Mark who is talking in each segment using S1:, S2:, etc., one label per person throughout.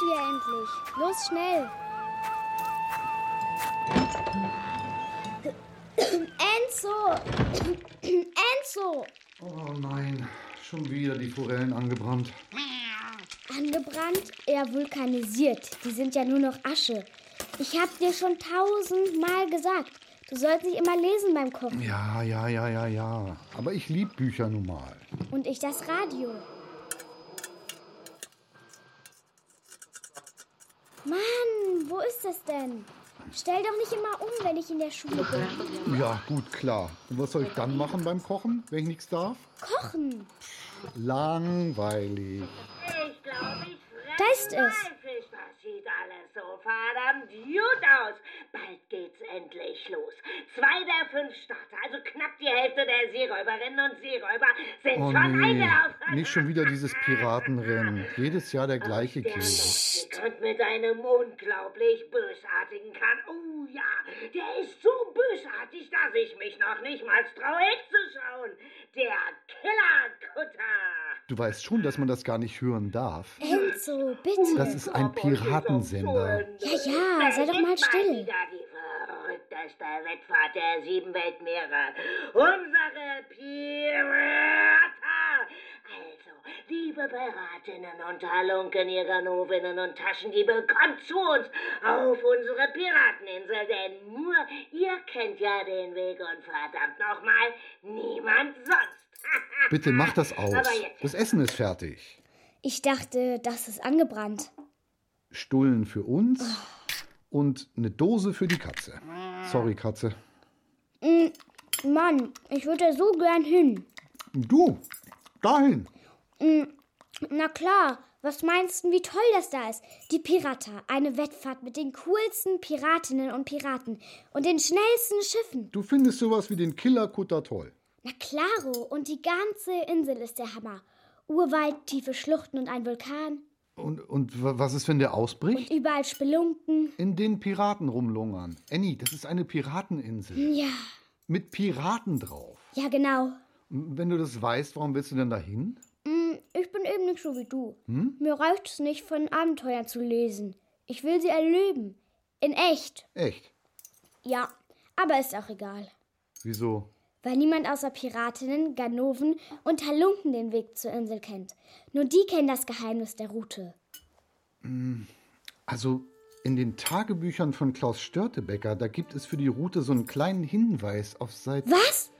S1: wir endlich. Los, schnell. Enzo! Enzo!
S2: Oh nein, schon wieder die Forellen angebrannt.
S1: Angebrannt? Ja, vulkanisiert. Die sind ja nur noch Asche. Ich hab dir schon tausendmal gesagt, du sollst nicht immer lesen beim Kochen.
S2: Ja, ja, ja, ja, ja. Aber ich liebe Bücher nun mal.
S1: Und ich das Radio. Mann, wo ist das denn? Stell doch nicht immer um, wenn ich in der Schule bin.
S2: Ja, gut, klar. Und was soll ich dann machen beim Kochen, wenn ich nichts darf?
S1: Kochen!
S2: Langweilig.
S3: Ich glaube, ich
S1: Da ist es.
S3: Fisch, das sieht alles so verdammt gut aus. Bald geht's endlich los. Zwei der fünf Starter, also knapp die Hälfte der Seeräuberinnen und Seeräuber, sind
S2: Oh
S3: schon
S2: nee,
S3: eingelaufen.
S2: nicht schon wieder dieses Piratenrennen. Jedes Jahr der gleiche Käse.
S3: Der und mit einem unglaublich bösartigen kann. Oh ja, der ist so bösartig, dass ich mich noch nicht mal traue hinzuschauen. Der Killerkutter.
S2: Du weißt schon, dass man das gar nicht hören darf.
S1: Enzo, bitte.
S2: Das ist ein Piratensender.
S1: ja, ja, sei doch mal still.
S3: wieder die verrückteste Wettfahrt der sieben Weltmeere. Unsere Pirater. Also, liebe Piratinnen und Halunken, ihr Ganovinnen und Taschendiebe, kommt zu uns auf unsere Pirateninsel, denn nur ihr kennt ja den Weg und verdammt nochmal, niemand sonst.
S2: Bitte mach das aus.
S3: Aber jetzt
S2: Das Essen ist fertig.
S1: Ich dachte, das ist angebrannt.
S2: Stullen für uns und eine Dose für die Katze.
S3: Ah.
S2: Sorry, Katze.
S1: Mm, Mann, ich würde da so gern hin. Mm,
S2: Du, dahin.
S1: Na klar, was meinst du, wie toll das da ist? Die Pirata, eine Wettfahrt mit den coolsten Piratinnen und Piraten und den schnellsten Schiffen.
S2: Du findest sowas wie den Killerkutter toll.
S1: Na klaro, und die ganze Insel ist der Hammer. Urwald, tiefe Schluchten und ein Vulkan.
S2: Und, und wa- was ist, wenn der ausbricht?
S1: Überall Spelunken.
S2: In den Piraten rumlungern. Annie, das ist eine Pirateninsel.
S1: Ja,
S2: Mit Piraten drauf.
S1: ja genau.
S2: Und Wenn du das weißt, warum willst du denn dahin? Hm?
S1: Hm, Ich bin eben nicht so wie du. Mir reicht es nicht, von Abenteuern zu lesen. Ich will sie erleben. In echt.
S2: Echt?
S1: Ja, aber ist auch egal.
S2: Wieso?
S1: Weil niemand außer Piratinnen, Ganoven und Halunken den Weg zur Insel kennt. Nur die kennen das Geheimnis der Route.
S2: Also in den Tagebüchern von Klaus Störtebecker, da gibt es für die Route so einen kleinen Hinweis auf Seite.
S1: Was?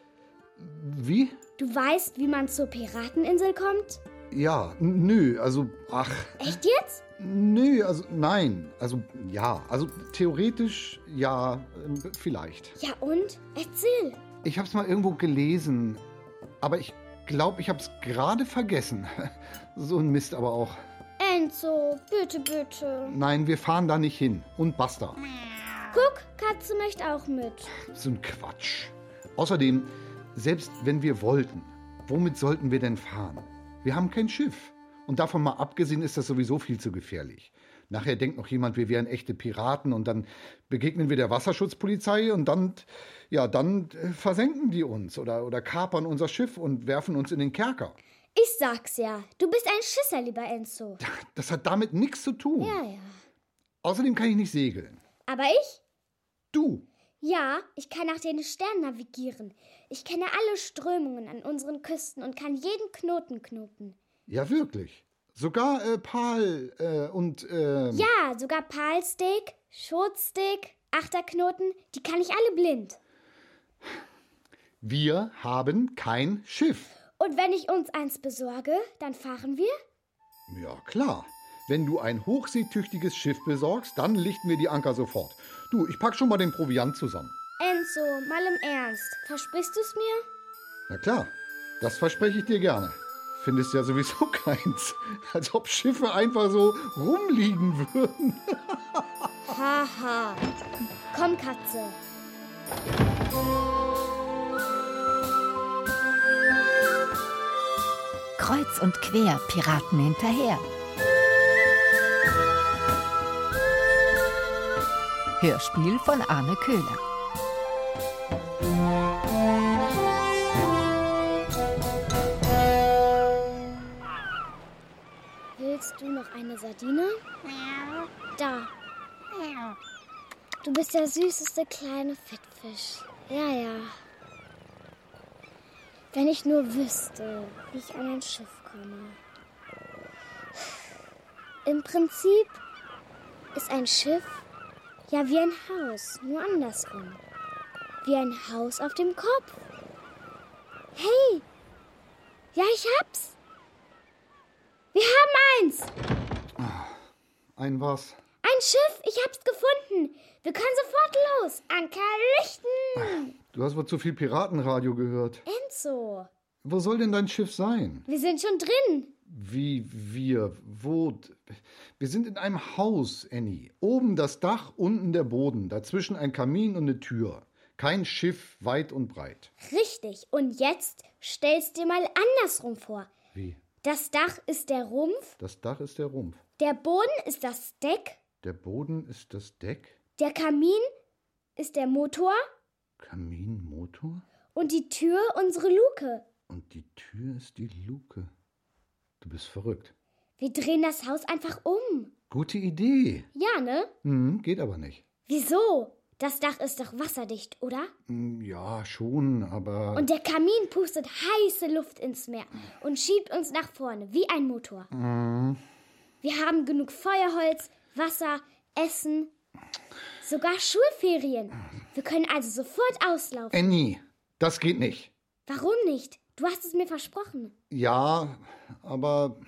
S2: Wie?
S1: Du weißt, wie man zur Pirateninsel kommt?
S2: Ja, n- nö, also ach,
S1: Echt jetzt?
S2: nö, also nein, also ja, also theoretisch ja, ähm, vielleicht.
S1: Ja und? Erzähl.
S2: Ich hab's mal irgendwo gelesen, aber ich glaube, ich hab's gerade vergessen. So ein Mist aber auch.
S1: Enzo, bitte, bitte.
S2: Nein, wir fahren da nicht hin und basta.
S1: Guck, Katze möchte auch mit.
S2: So ein Quatsch. Außerdem, selbst wenn wir wollten, womit sollten wir denn fahren? Wir haben kein Schiff. Und davon mal abgesehen ist das sowieso viel zu gefährlich. Nachher denkt noch jemand, wir wären echte Piraten und dann begegnen wir der Wasserschutzpolizei und dann, ja, dann äh, versenken die uns oder, oder kapern unser Schiff und werfen uns in den Kerker.
S1: Ich sag's ja, du bist ein Schisser, lieber Enzo.
S2: Das hat damit nichts zu tun.
S1: Ja, ja.
S2: Außerdem kann ich nicht segeln.
S1: Aber ich?
S2: Du,
S1: Ja, ich kann nach den Sternen navigieren. Ich kenne alle Strömungen an unseren Küsten und kann jeden Knoten knoten.
S2: ja wirklich. Sogar äh, Paul äh, und ähm,
S1: Ja, sogar Palstick, Schutzstick, Achterknoten, die kann ich alle blind.
S2: Wir haben kein Schiff.
S1: Und wenn ich uns eins besorge, dann fahren wir?
S2: Ja, klar. Wenn du ein hochseetüchtiges Schiff besorgst, dann lichten wir die Anker sofort. Du, ich pack schon mal den Proviant zusammen.
S1: Enzo, mal im Ernst, versprichst du's mir?
S2: Na klar, das verspreche ich dir gerne. Findest ja sowieso keins. Als ob Schiffe einfach so rumliegen würden.
S1: Haha. Komm, Katze.
S4: Kreuz und quer Piraten hinterher. Hörspiel von Arne Köhler.
S1: Willst Hast du noch eine Sardine? Da. Du bist der süßeste kleine Fettfisch. Ja, ja. Wenn ich nur wüsste, wie ich an ein Schiff komme. Im Prinzip ist ein Schiff ja wie ein Haus, nur andersrum. Wie ein Haus auf dem Kopf. Hey! Ja, ich hab's! Wir haben eins!
S2: Ein was?
S1: Ein Schiff! Ich hab's gefunden! Wir können sofort los! Anker richten!
S2: Du hast wohl zu viel Piratenradio gehört.
S1: Enzo!
S2: Wo soll denn dein Schiff sein?
S1: Wir sind schon drin!
S2: Wie wir? Wo? Wir sind in einem Haus, Annie. Oben das Dach, unten der Boden, dazwischen ein Kamin und eine Tür. Kein Schiff weit und breit.
S1: Richtig. Und jetzt stell's dir mal andersrum vor.
S2: Wie?
S1: Das Dach ist der Rumpf,
S2: Das Dach ist der Rumpf.
S1: der Boden ist das Deck,
S2: Der Boden ist das Deck.
S1: der Kamin ist der Motor
S2: Kamin, Motor.
S1: und die Tür unsere Luke.
S2: Und die Tür ist die Luke. Du bist verrückt.
S1: Wir drehen das Haus einfach um.
S2: Gute Idee.
S1: Ja, ne?
S2: Hm, geht aber nicht.
S1: Wieso? Das Dach ist doch wasserdicht, oder?
S2: Hm, Ja, schon, aber.
S1: Und der Kamin pustet heiße Luft ins Meer und schiebt uns nach vorne wie ein Motor.
S2: Hm,
S1: Wir haben genug Feuerholz, Wasser, Essen, sogar Schulferien. Wir können also sofort auslaufen.
S2: Annie, äh, das geht nicht.
S1: Warum nicht? Du hast es mir versprochen.
S2: Ja, aber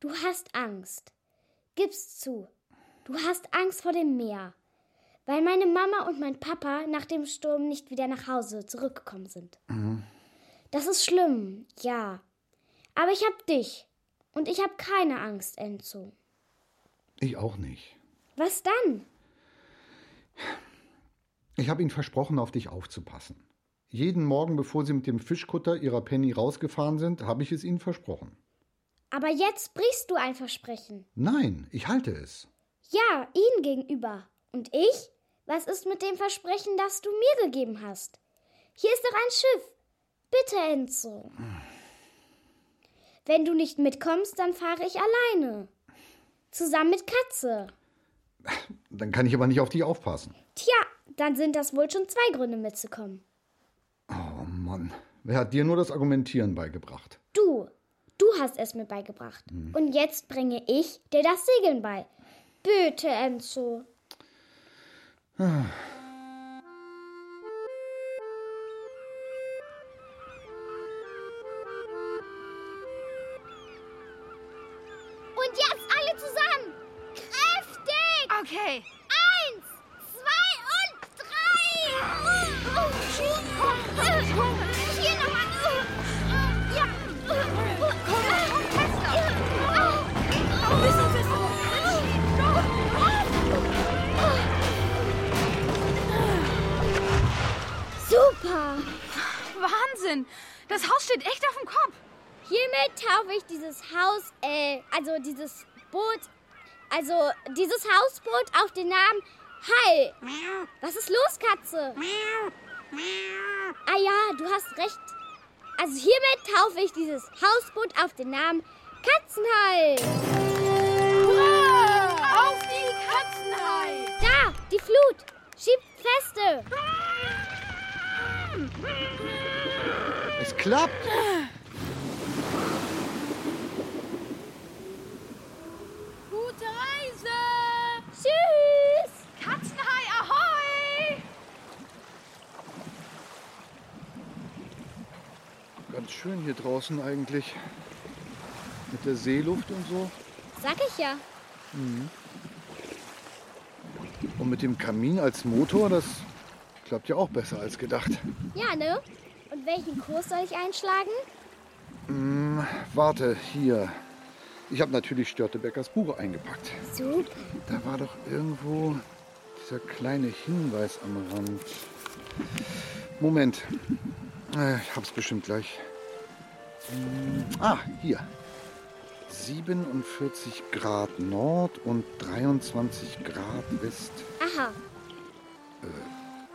S1: Du hast Angst. Gib's zu. Du hast Angst vor dem Meer. Weil meine Mama und mein Papa nach dem Sturm nicht wieder nach Hause zurückgekommen sind.
S2: hm,
S1: Das ist schlimm, ja. Aber ich hab dich. Und ich hab keine Angst, Enzo.
S2: ich auch nicht.
S1: Was dann?
S2: Ich habe ihnen versprochen, auf dich aufzupassen. Jeden Morgen, bevor sie mit dem Fischkutter ihrer Penny rausgefahren sind, habe ich es ihnen versprochen.
S1: Aber jetzt brichst du ein Versprechen.
S2: Nein, ich halte es.
S1: Ja, ihnen gegenüber. Und ich? Was ist mit dem Versprechen, das du mir gegeben hast? Hier ist doch ein Schiff. Bitte, Enzo. Wenn du nicht mitkommst, dann fahre ich alleine. Zusammen mit Katze.
S2: Dann kann ich aber nicht auf dich aufpassen.
S1: Tja, dann sind das wohl schon zwei Gründe mitzukommen.
S2: Oh Mann, wer hat dir nur das Argumentieren beigebracht? Hm.
S1: Du, du hast es mir beigebracht. Und jetzt bringe ich dir das Segeln bei. Bitte, Enzo. Und jetzt alle zusammen. Kräftig.
S4: Ah.
S5: Okay.
S1: Eins, zwei und drei. Oh, oh, oh, oh, hier nochmal. Oh, ja. Oh, oh, oh, oh, besser, besser. Super!
S5: Wahnsinn. Das Haus steht echt auf dem Kopf.
S1: Hiermit taufe ich dieses Haus, äh, also dieses Boot, also dieses Hausboot auf den Namen Hall. Was ist los, Katze? Ah ja, du hast recht. Also hiermit taufe ich dieses Hausboot auf den Namen Katzenhall.
S5: Auf die Katzenhai.
S1: Da, die Flut. Schiebt feste.
S2: Es klappt!
S5: Gute Reise.
S1: Tschüss.
S5: Katzenhai, ahoi.
S2: Ganz schön hier draußen eigentlich. Mit der Seeluft und so. Hm.
S1: Sag ich ja.
S2: Und mit dem Kamin als Motor, das klappt ja auch besser als gedacht.
S1: Ja, ne? Und welchen Kurs soll ich einschlagen?
S2: Hm, Warte, hier. Ich habe natürlich Störtebeckers Buch eingepackt.
S1: Super.
S2: Da war doch irgendwo dieser kleine Hinweis am Rand. Moment. Äh, Ich hab's bestimmt gleich. Hm, Ah, hier. 47 Grad Nord und 23 Grad West.
S1: Aha.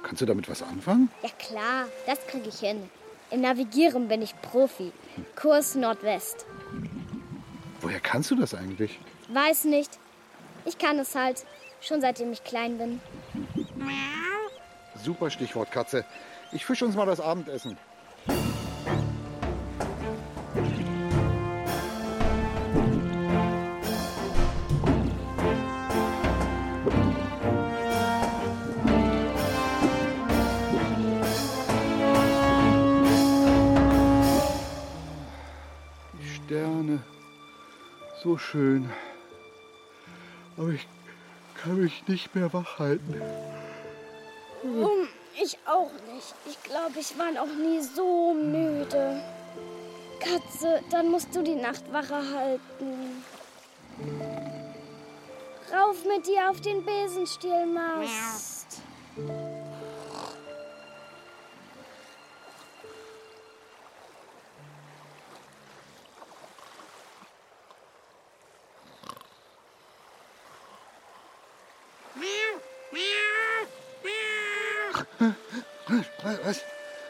S2: Kannst du damit was anfangen?
S1: Ja klar, das kriege ich hin. Im Navigieren bin ich Profi. Kurs Nordwest.
S2: Woher kannst du das eigentlich?
S1: Weiß nicht. Ich kann es halt. Schon seitdem ich klein bin.
S2: Super Stichwort, Katze. Ich fisch uns mal das Abendessen. Die Sterne. So schön. Aber ich kann mich nicht mehr wach halten.
S1: Hm, Ich auch nicht. Ich glaube, ich war noch nie so müde. Katze, dann musst du die Nachtwache halten. Rauf mit dir auf den Besenstiel, Maus.
S2: Was? was?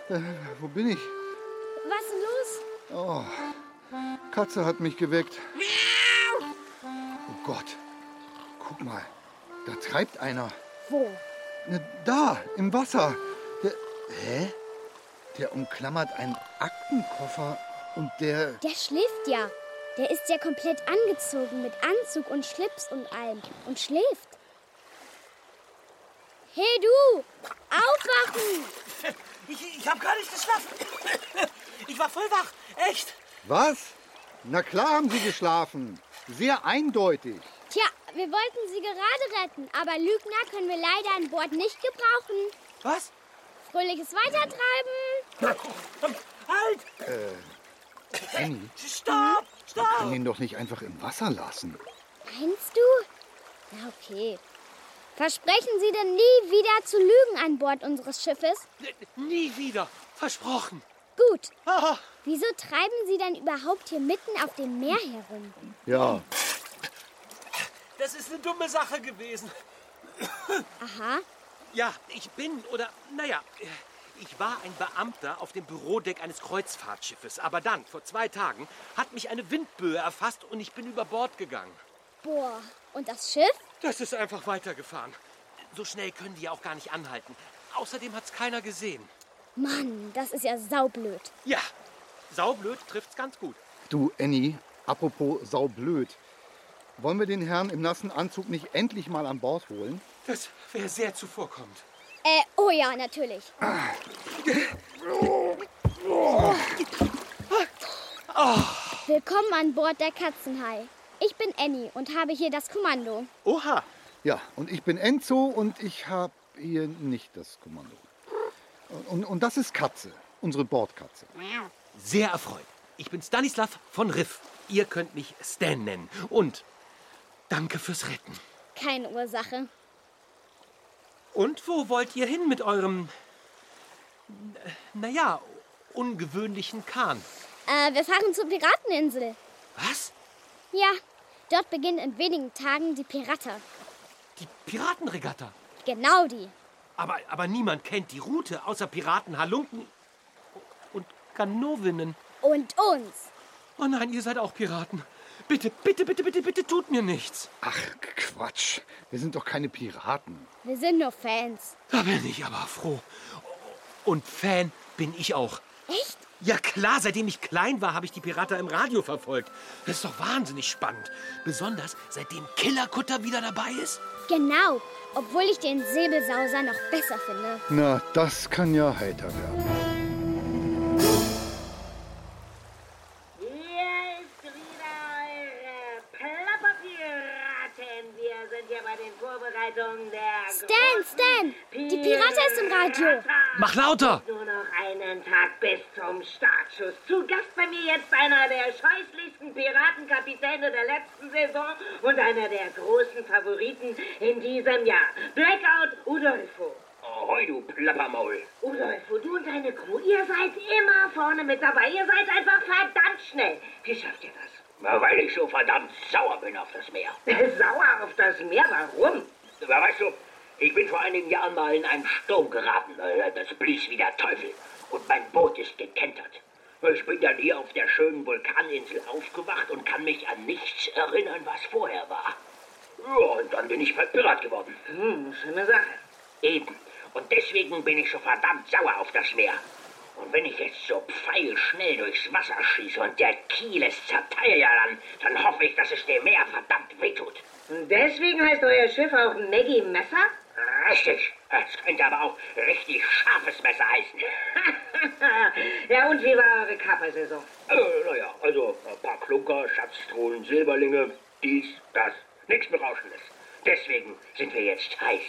S2: Äh, wo bin ich?
S1: Was ist denn los?
S2: Oh, Katze hat mich geweckt. Oh Gott. Guck mal. Da treibt einer.
S1: Wo?
S2: Ne, Da, im Wasser. Der, hä? Der umklammert einen Aktenkoffer und der.
S1: Der schläft ja. Der ist ja komplett angezogen mit Anzug und Schlips und allem und schläft. Hey du, aufwachen!
S6: Ich, ich habe gar nicht geschlafen. Ich war voll wach. Echt?
S2: Was? Na klar haben sie geschlafen. Sehr eindeutig.
S1: Tja, wir wollten sie gerade retten, aber Lügner können wir leider an Bord nicht gebrauchen.
S6: Was?
S1: Fröhliches Weitertreiben!
S6: Halt!
S2: Äh, Annie,
S6: Stopp!
S2: kann
S6: Stopp!
S2: ihn doch nicht einfach im Wasser lassen.
S1: Meinst du? Na okay. Versprechen Sie denn nie wieder zu lügen an Bord unseres Schiffes?
S6: Nie wieder. Versprochen.
S1: Gut.
S6: Ah,
S1: Wieso treiben Sie denn überhaupt hier mitten auf dem Meer herum?
S2: Ja.
S6: das ist eine dumme Sache gewesen.
S1: Aha.
S6: Ja, ich bin oder naja, ich war ein Beamter auf dem Bürodeck eines Kreuzfahrtschiffes. Aber dann, vor zwei Tagen, hat mich eine Windböe erfasst und ich bin über Bord gegangen.
S1: Boah. Und das Schiff?
S6: Das ist einfach weitergefahren. So schnell können die ja auch gar nicht anhalten. Außerdem hat's keiner gesehen.
S1: Mann, das ist ja saublöd.
S6: Ja, saublöd trifft's ganz gut.
S2: Du, Annie, apropos saublöd. Wollen wir den Herrn im nassen Anzug nicht endlich mal an Bord holen?
S6: Das wäre sehr zuvorkommend.
S1: Äh, oh ja, natürlich.
S6: Ah.
S1: Willkommen an Bord der Katzenhai. Ich bin Annie und habe hier das Kommando.
S6: Oha,
S2: Ja, und ich bin Enzo und ich habe hier nicht das Kommando. Und, und das ist Katze, unsere Bordkatze.
S6: sehr erfreut. Ich bin Stanislav von Riff. Ihr könnt mich Stan nennen. Und danke fürs Retten.
S1: Keine Ursache.
S6: Und wo wollt ihr hin mit eurem, n- naja, ungewöhnlichen Kahn?
S1: Äh, wir fahren zur Pirateninsel.
S6: Was?
S1: Ja, dort beginnt in wenigen Tagen die Pirater.
S6: Die Piratenregatta.
S1: Genau die.
S6: Aber, aber niemand kennt die Route, außer Piraten, Halunken und Ganovinnen.
S1: Und uns.
S6: Oh nein, ihr seid auch Piraten. Bitte, bitte, bitte, bitte, bitte tut mir nichts.
S2: Ach, Quatsch. Wir sind doch keine Piraten.
S1: Wir sind nur Fans.
S6: Da bin ich aber froh. Und Fan bin ich auch.
S1: Echt?
S6: Ja klar, seitdem ich klein war, habe ich die Pirater im Radio verfolgt. Das ist doch wahnsinnig spannend. Besonders seitdem Killer Kutter wieder dabei ist.
S1: Genau. Obwohl ich den Säbelsauser noch besser finde.
S2: Na, das kann ja heiter werden.
S3: Hier ist wieder eure Plapperpiraten. Wir sind hier bei den Vorbereitungen der
S1: Stan, Stan! Die Pirater ist im Radio.
S6: Mach lauter!
S3: Nur noch einen Tag bis zum Startschuss. Zu Gast bei mir jetzt einer der scheußlichsten Piratenkapitäne der letzten Saison und einer der großen Favoriten in diesem Jahr. Blackout Udolfo.
S7: Ahoi, du Plappermaul.
S3: Udolfo, du und deine Crew, ihr seid immer vorne mit dabei. Ihr seid einfach verdammt schnell. Wie schafft ihr das?
S7: Na, Weil ich so verdammt sauer bin auf das Meer.
S3: Sauer auf das Meer, warum?
S7: Aber weißt du, ich bin vor einigen Jahren mal in einen Sturm geraten. Äh, Das blies wie der Teufel. und mein Boot ist gekentert. Ich bin dann hier auf der schönen Vulkaninsel aufgewacht und kann mich an nichts erinnern, was vorher war. Ja, und dann bin ich halt Pirat geworden.
S3: Hm, schöne Sache.
S7: Eben. Und deswegen bin ich so verdammt sauer auf das Meer. Und wenn ich jetzt so pfeilschnell durchs Wasser schieße und der Kiel es zerteilt ja dann, dann hoffe ich, dass es dem Meer verdammt wehtut. Hm,
S3: Und deswegen heißt euer Schiff auch Maggie Messer?
S7: Richtig. Es könnte aber auch richtig scharfes Messer heißen.
S3: ja, und wie war eure Kappersaison?
S7: Äh, naja, also ein paar Klunker, Schatztruhen, Silberlinge, dies, das, nichts Berauschendes. Deswegen sind wir jetzt heiß,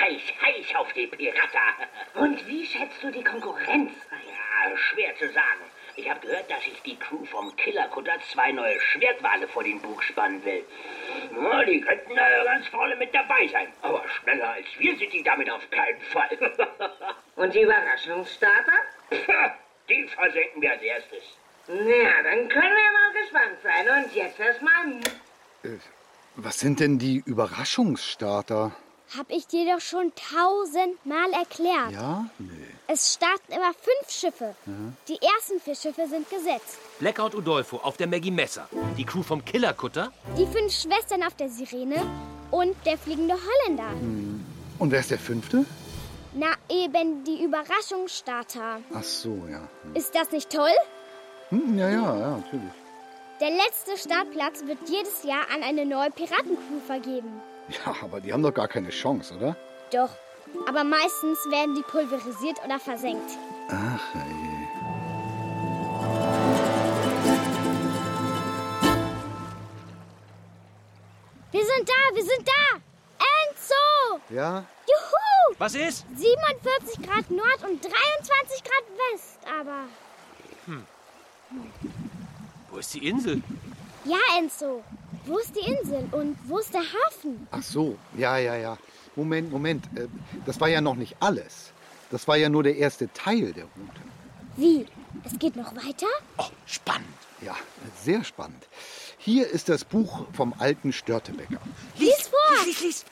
S7: heiß, heiß auf die Pirata.
S3: Und wie schätzt du die Konkurrenz ein?
S7: Ja, schwer zu sagen. Ich habe gehört, dass sich die Crew vom Killerkutter zwei neue Schwertwale vor den Bug spannen will. Ja, die könnten äh, ganz vorne mit dabei sein. Aber schneller als wir sind die damit auf keinen Fall.
S3: Und die Überraschungsstarter?
S7: die versenken wir als erstes.
S3: Na, dann können wir mal gespannt sein. Und jetzt erstmal.
S2: Was sind denn die Überraschungsstarter?
S1: Hab ich dir doch schon tausendmal erklärt.
S2: Ja? Nee.
S1: Es starten immer fünf Schiffe. Die ersten vier Schiffe sind gesetzt.
S6: Blackout Udolpho auf der Maggie Messer. Die Crew vom Killerkutter.
S1: Die fünf Schwestern auf der Sirene und der fliegende Holländer.
S2: Hm. Und wer ist der fünfte?
S1: Na eben die Überraschungsstarter.
S2: Ach so, ja.
S1: Ist das nicht toll?
S2: Hm, ja, ja, ja, natürlich.
S1: Der letzte Startplatz wird jedes Jahr an eine neue Piratencrew vergeben.
S2: Ja, aber die haben doch gar keine Chance, oder?
S1: Doch, aber meistens werden die pulverisiert oder versenkt.
S2: Ach, ey.
S1: Wir sind da, wir sind da! Enzo!
S2: Ja?
S1: Juhu!
S6: Was ist?
S1: 47 Grad Nord und 23 Grad West, aber.
S6: Wo ist die Insel?
S1: Ja, Enzo, wo ist die Insel und wo ist der Hafen?
S2: Ach so, ja, ja, ja. Moment, Moment. äh, Das war ja noch nicht alles. Das war ja nur der erste Teil der Route.
S1: Wie? Es geht noch weiter?
S6: Oh, spannend.
S2: Ja, sehr spannend. Hier ist das Buch vom alten Störtebecker.
S1: Lies vor!
S6: Lies, lies.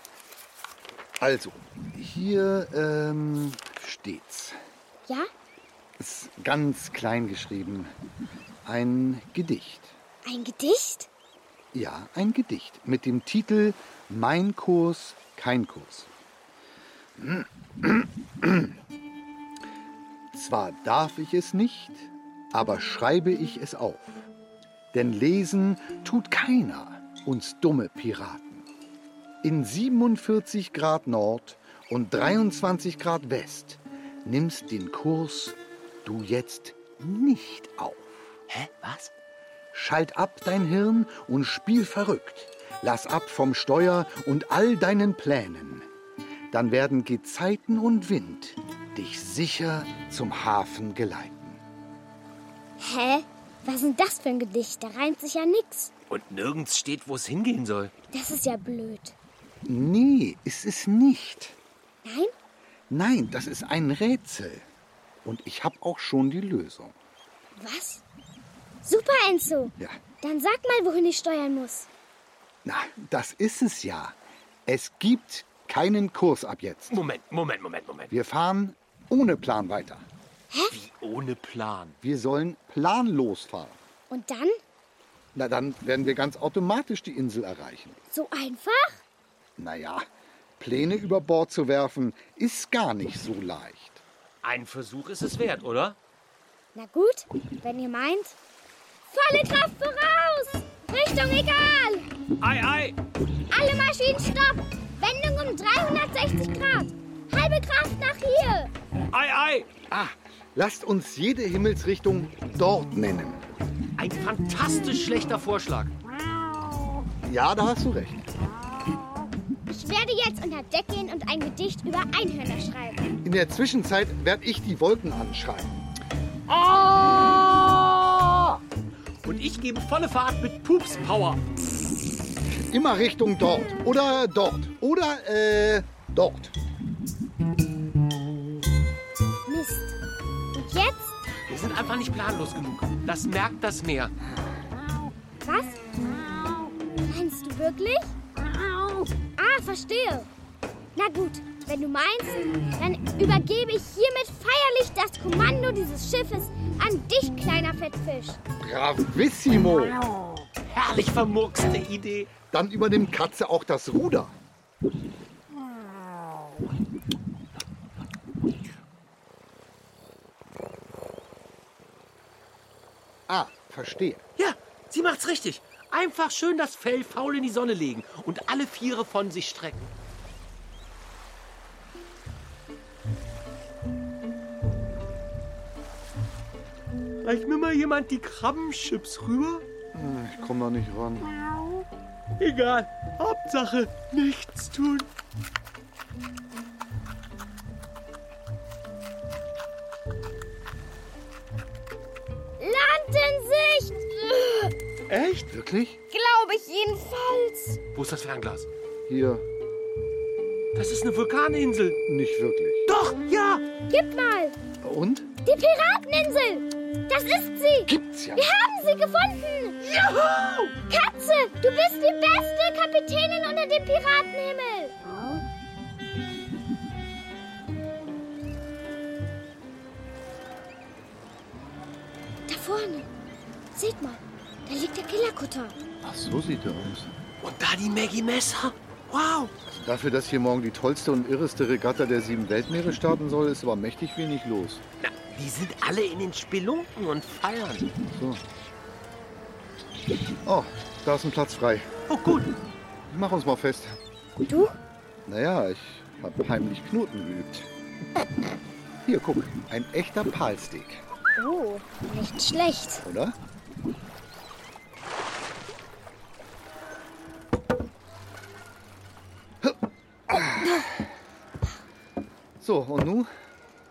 S2: Also, hier ähm, steht's.
S1: Ja?
S2: Ist ganz klein geschrieben. Ein Gedicht.
S1: Ein Gedicht?
S2: Ja, ein Gedicht mit dem Titel Mein Kurs, kein Kurs. Zwar darf ich es nicht, aber schreibe ich es auf. Denn lesen tut keiner uns dumme Piraten. In 47 Grad Nord und 23 Grad West nimmst den Kurs du jetzt nicht auf.
S6: Hä, was?
S2: Schalt ab dein Hirn und spiel verrückt. Lass ab vom Steuer und all deinen Plänen. Dann werden Gezeiten und Wind dich sicher zum Hafen geleiten.
S1: Hä? Was ist denn das für ein Gedicht? Da reimt sich ja nix.
S6: Und nirgends steht, wo es hingehen soll.
S1: Das ist ja blöd.
S2: Nee, ist es nicht.
S1: Nein?
S2: Nein, das ist ein Rätsel. Und ich habe auch schon die Lösung.
S1: Was? Super, Enzo.
S2: Ja.
S1: Dann sag mal, wohin ich steuern muss.
S2: Na, das ist es ja. Es gibt keinen Kurs ab jetzt.
S6: Moment, Moment, Moment, Moment.
S2: Wir fahren ohne Plan weiter.
S6: Wie ohne Plan.
S2: Wir sollen planlos fahren.
S1: Und dann?
S2: Na, dann werden wir ganz automatisch die Insel erreichen.
S1: So einfach?
S2: Naja, Pläne über Bord zu werfen, ist gar nicht so leicht.
S6: Ein Versuch ist es wert, oder?
S1: Na gut, wenn ihr meint. Volle Kraft voraus! Richtung egal!
S6: Ei, ei.
S1: Alle Maschinen stopp! Wendung um 360 Grad! Halbe Kraft nach hier!
S6: Ei, ei.
S2: Ah, lasst uns jede Himmelsrichtung dort nennen.
S6: Ein fantastisch schlechter Vorschlag.
S2: Ja, da hast du recht.
S1: Ich werde jetzt unter Deck gehen und ein Gedicht über Einhörner schreiben.
S2: In der Zwischenzeit werde ich die Wolken anschreien.
S6: Oh! Und ich gebe volle Fahrt mit Pups Power.
S2: Immer Richtung dort oder dort oder äh, dort.
S1: Mist. Und jetzt?
S6: Wir sind einfach nicht planlos genug. Das merkt das Meer.
S1: Was? Meinst du wirklich? Ah, verstehe. Na gut, Wenn du meinst, dann übergebe ich hiermit feierlich das Kommando dieses Schiffes an dich, kleiner Fettfisch.
S2: Bravissimo!
S6: Herrlich vermurkste Idee.
S2: Dann übernimmt Katze auch das Ruder. Ah, verstehe.
S6: Ja, sie macht's richtig. Einfach schön das Fell faul in die Sonne legen und alle Viere von sich strecken. Reicht mir mal jemand die Krabbenchips rüber?
S2: Ich komme da nicht ran.
S6: Egal, Hauptsache nichts tun.
S1: Land in Sicht!
S6: Echt?
S2: Wirklich?
S1: Glaube ich jedenfalls.
S6: Wo ist das Fernglas?
S2: Hier
S6: Das ist eine Vulkaninsel.
S2: nicht wirklich.
S6: Doch, ja.
S1: Gib mal!
S2: Und?
S1: Die Pirateninsel! Das ist sie!
S2: Gibt's ja.
S1: Wir haben sie gefunden!
S6: Juhu!
S1: Katze, du bist die beste Kapitänin unter dem Piratenhimmel! Da vorne! Seht mal, da liegt der Killerkutter.
S2: Ach, so sieht er aus.
S6: Und da die Maggie Messer. Wow.
S2: Dafür, dass hier morgen die tollste und irreste Regatta der sieben Weltmeere starten soll, ist aber mächtig wenig los.
S6: Na, die sind alle in den Spelunken und feiern.
S2: So. Oh, da ist ein Platz frei.
S6: Oh gut.
S2: Ich mach uns mal fest.
S1: Du?
S2: Naja, ich hab heimlich Knoten geübt. Hier, guck, ein echter Palsteak,
S1: Oh, nicht schlecht.
S2: oder? So, und nun?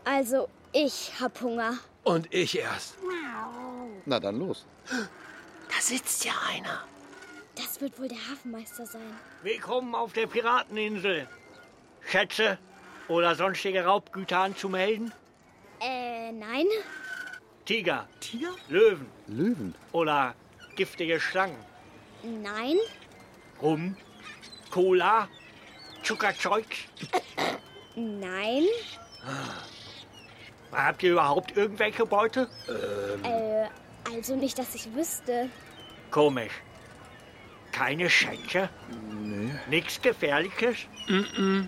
S1: Also, ich hab Hunger.
S6: Und ich erst.
S2: Na dann los.
S6: Da sitzt ja einer.
S1: Das wird wohl der Hafenmeister sein.
S8: Willkommen auf der Pirateninsel. Schätze oder sonstige Raubgüter anzumelden?
S1: Äh, nein?
S8: Tiger. Tiger? Löwen
S2: Löwen.
S8: oder giftige Schlangen.
S1: Nein?
S8: Rum, Cola, Zuckerzeug.
S1: Nein?
S8: Habt ihr überhaupt irgendwelche Beute? Ähm.
S1: Äh, also nicht, dass ich wüsste.
S8: Komisch. Keine Schätze? Nee. Nichts Gefährliches? Mm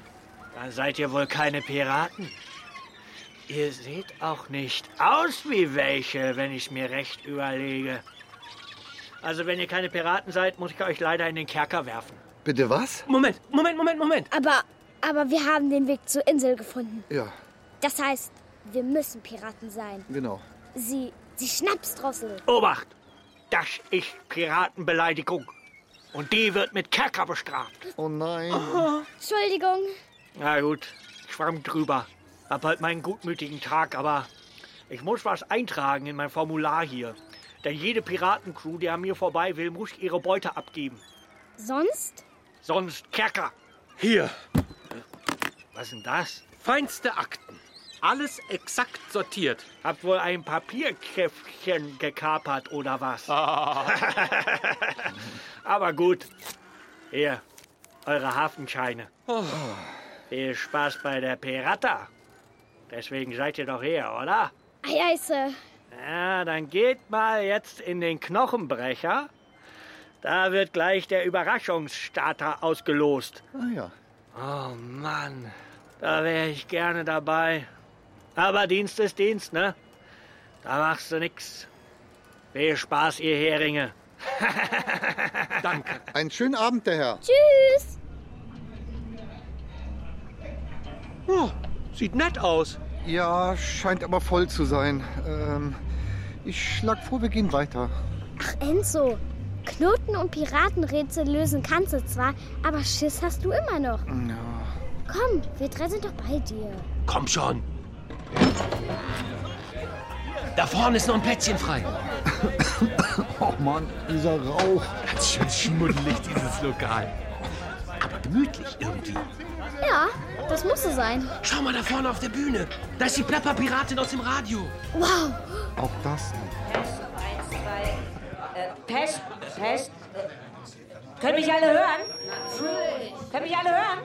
S8: Dann seid ihr wohl keine Piraten. Ihr seht auch nicht aus wie welche, wenn ich mir recht überlege. Also wenn ihr keine Piraten seid, muss ich euch leider in den Kerker werfen.
S2: Bitte was?
S6: Moment, Moment, Moment, Moment.
S1: Aber, aber wir haben den Weg zur Insel gefunden.
S2: Ja,
S1: Das heißt, wir müssen Piraten sein.
S2: genau.
S1: Sie, sie Schnapsdrossel.
S8: Obacht! Das ist Piratenbeleidigung. Und die wird mit Kerker bestraft.
S2: Oh nein.
S1: Entschuldigung.
S8: Na gut, schwamm drüber. Hab halt meinen gutmütigen Tag, aber ich muss was eintragen in mein Formular hier. Denn jede Piratencrew, die an mir vorbei will, muss ihre Beute abgeben.
S1: Sonst?
S8: Sonst Kerker.
S6: Hier.
S8: Was denn das?
S6: Feinste Akten. Alles exakt sortiert.
S8: Habt wohl ein Papierkäffchen gekapert oder was?
S6: Ah.
S8: aber gut. Hier, eure Hafenscheine.
S6: Oh.
S8: Viel Spaß bei der Pirata. Deswegen seid ihr doch hier, oder?
S1: Ei, ei, Sir.
S8: Ja, dann geht mal jetzt in den Knochenbrecher. Da wird gleich der Überraschungsstarter ausgelost.
S2: Ah ja.
S8: Oh Mann, da wäre ich gerne dabei. Aber Dienst ist Dienst, ne? Da machst du nix. Viel Spaß, ihr Heringe.
S6: Danke.
S2: Einen schönen Abend, der Herr.
S1: Tschüss.
S6: Oh, sieht nett aus.
S2: Ja, scheint aber voll zu sein. Ähm, ich schlag vor, wir gehen weiter.
S1: Ach, Enzo. Knoten- und Piratenrätsel lösen kannst du zwar, aber Schiss hast du immer noch. Komm, wir drei sind doch bei dir.
S6: Komm schon. Da vorne ist noch ein Plätzchen frei.
S2: Oh Mann, dieser Rauch.
S6: Ganz schön schmuddelig, dieses Lokal. Aber gemütlich irgendwie.
S1: Ja, das muss so sein.
S6: Schau mal da vorne auf der Bühne. Da ist die Plapperpiratin aus dem Radio.
S1: Wow.
S2: Auch das nicht.
S9: Pest, Pest.
S3: Können mich alle hören? Können mich alle hören?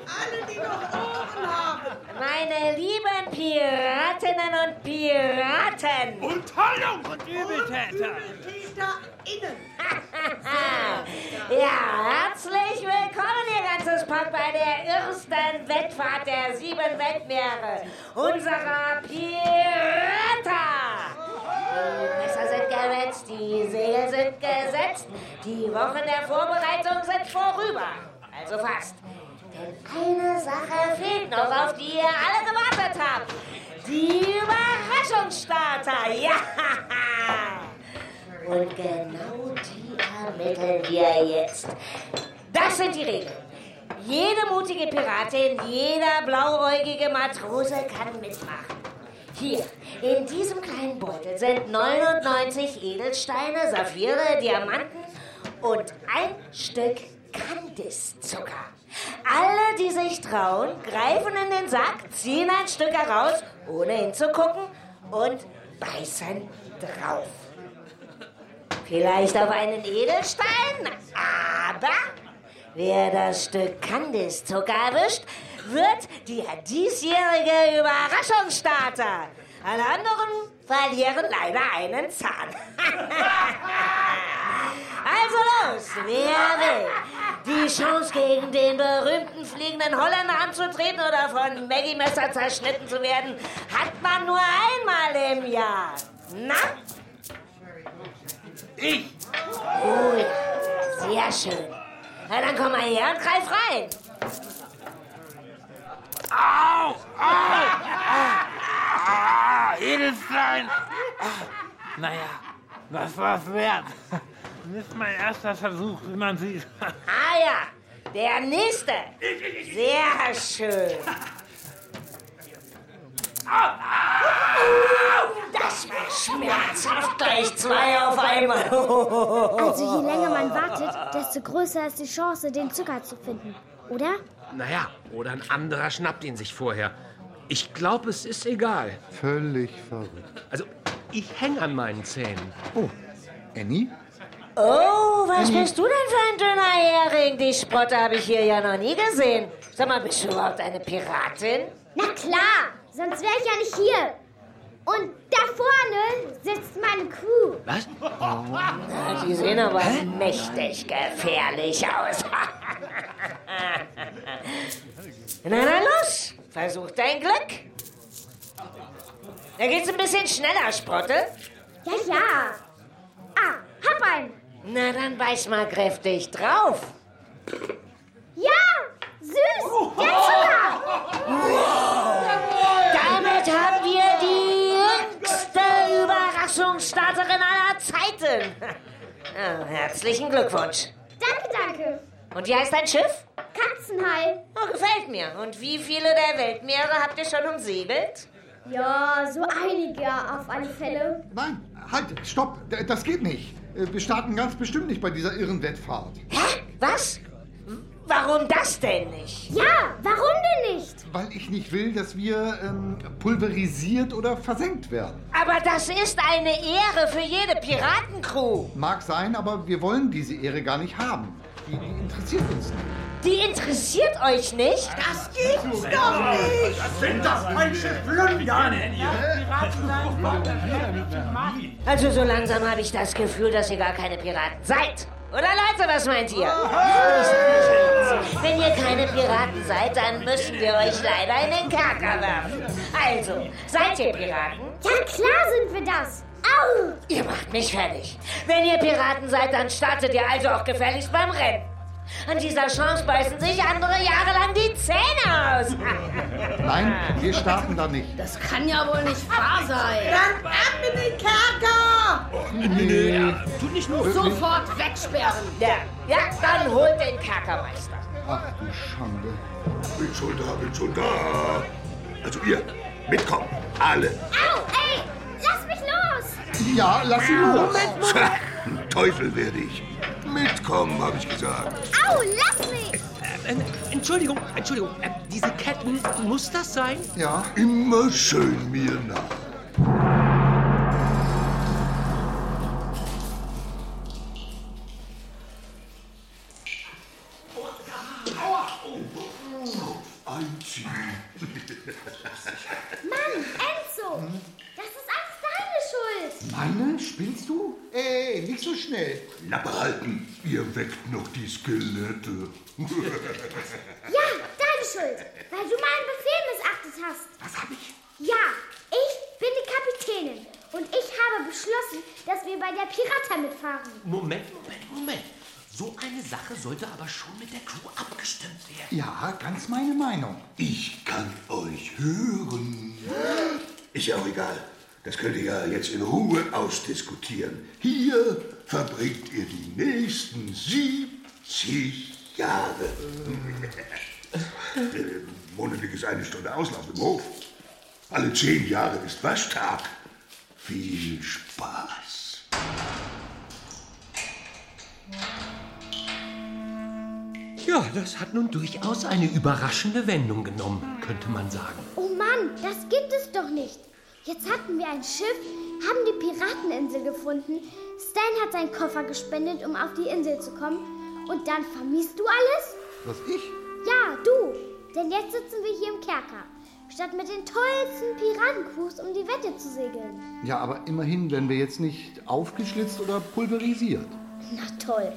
S3: Meine lieben Piratinnen und Piraten!
S10: Unterhaltung und Übeltäter!
S3: Ja, herzlich willkommen, ihr ganzes Pack, bei der ersten Wettfahrt der sieben Weltmeere unserer Pirata. Die Messer sind gewetzt, die Segel sind gesetzt, die Wochen der Vorbereitung sind vorüber. Also fast. Denn eine Sache fehlt noch, auf die ihr alle gewartet habt. Die Überraschungsstarter, ja! Und genau die ermitteln wir jetzt. Das sind die Regeln. Jede mutige Piratin, jeder blauäugige Matrose kann mitmachen. Hier, in diesem kleinen Beutel sind 99 Edelsteine, Saphire, Diamanten und ein Stück Kandiszucker. Alle, die sich trauen, greifen in den Sack, ziehen ein Stück heraus, ohne hinzugucken und beißen drauf. Vielleicht auf einen Edelstein, aber wer das Stück Kandiszucker erwischt, wird der diesjährige Überraschungsstarter. Alle anderen verlieren leider einen Zahn. also los, wer will die Chance gegen den berühmten fliegenden Holländer anzutreten oder von Maggie Messer zerschnitten zu werden, hat man nur einmal im Jahr. Na?
S10: Ich!
S3: Oh ja, sehr schön. Na, dann komm mal her und greif rein.
S10: Au! Au! Ah, Edelstein! Naja, das war's wert. Das ist mein erster Versuch, wie man sieht.
S3: Ah ja, der nächste. Sehr schön. Das war schmerzhaft, gleich zwei auf einmal.
S1: Also je länger man wartet, desto größer ist die Chance, den Zucker zu finden, oder?
S6: Naja, oder ein anderer schnappt ihn sich vorher. Ich glaube, es ist egal.
S2: Völlig verrückt.
S6: Also, ich hänge an meinen Zähnen.
S2: Oh, Annie?
S3: Oh, was bist du denn für ein dünner Hering? Die Sprotte habe ich hier ja noch nie gesehen. Sag mal, bist du überhaupt eine Piratin?
S1: Na klar, sonst wäre ich ja nicht hier. Und da vorne sitzt meine Crew.
S6: Was?
S3: Na, die sehen aber mächtig gefährlich aus. na, na, los! Versuch dein Glück. Da geht's ein bisschen schneller, Sprotte.
S1: Ja, ja. Ah, hab einen.
S3: Na, dann beiß mal kräftig drauf.
S1: Ja,
S2: Oh.
S1: süß. Der Zucker.
S3: Damit haben wir die jüngste Überraschungsstarterin aller Zeiten. Ah, herzlichen Glückwunsch.
S1: Danke, danke.
S3: Und wie heißt dein Schiff?
S1: Katzenhai.
S3: Oh, gefällt mir. Und wie viele der Weltmeere habt ihr schon umsegelt?
S1: Ja, so einige auf alle Fälle.
S2: Nein, halt, stopp, d- das geht nicht. Äh, Wir starten ganz bestimmt nicht bei dieser irren Wettfahrt.
S3: Hä? Was? Warum das denn nicht?
S1: Ja, warum denn nicht?
S2: Weil ich nicht will, dass wir ähm, pulverisiert oder versenkt werden.
S3: Aber das ist eine Ehre für jede Piratencrew.
S2: Mag sein, aber wir wollen diese Ehre gar nicht haben. Die, die interessiert uns nicht.
S3: Die interessiert euch nicht?
S10: Das gibt's doch nicht! Das sind das falsche Plündern!
S3: Also so langsam habe ich das Gefühl, dass ihr gar keine Piraten seid. Oder Leute, was meint ihr? Wenn ihr keine Piraten seid, dann müssen wir euch leider in den Kerker werfen. Also, seid ihr Piraten?
S1: Ja, klar sind wir das. Au!
S3: Ihr macht mich fertig. Wenn ihr Piraten seid, dann startet ihr also auch gefälligst beim Rennen. An dieser Chance beißen sich andere jahrelang die Zähne aus.
S2: Nein, wir starten da nicht.
S11: Das kann ja wohl nicht wahr sein.
S10: Dann ab in den Kerker!
S2: Nee.
S6: Tut nicht nur.
S11: Sofort wegsperren.
S3: Ja, ja dann holt den Kerkermeister.
S2: Ach du Schande.
S10: Bin schon da, bin schon da! Also ihr, mitkommen, alle!
S1: Au! Ey! Lass mich los!
S2: Ja, lass sie los.
S10: Tja, ein Teufel werde ich! Mitkommen, habe ich gesagt!
S1: Au! Lass mich!
S6: Ähm, Entschuldigung, Entschuldigung. Ähm, diese Ketten, muss das sein?
S2: Ja.
S10: Immer schön mir nach!
S12: Spinnst du?
S2: Ey, nicht so schnell.
S12: Klappe halten, ihr weckt noch die Skelette.
S1: Ja, deine Schuld, weil du meinen Befehl missachtet hast.
S12: Was hab ich?
S1: Ja, ich bin die Kapitänin und ich habe beschlossen, dass wir bei der Pirata mitfahren.
S13: Moment, Moment, Moment. So eine Sache sollte aber schon mit der Crew abgestimmt werden.
S12: Ja, ganz meine Meinung. Ich kann euch hören. Ist ja auch egal. Das könnt ihr ja jetzt in Ruhe ausdiskutieren. Hier verbringt ihr die nächsten 70 Jahre. Äh, Monatlich ist eine Stunde Auslauf im Hof. Alle zehn Jahre ist Waschtag. Viel Spaß.
S13: Ja, das hat nun durchaus eine überraschende Wendung genommen, könnte man sagen.
S1: Oh Mann, das gibt es doch nicht. Jetzt hatten wir ein Schiff, haben die Pirateninsel gefunden. Stan hat seinen Koffer gespendet, um auf die Insel zu kommen. Und dann vermisst du alles?
S2: Was ich?
S1: Ja, du. Denn jetzt sitzen wir hier im Kerker. Statt mit den tollsten Piratencrews um die Wette zu segeln.
S2: Ja, aber immerhin werden wir jetzt nicht aufgeschlitzt oder pulverisiert.
S1: Na toll.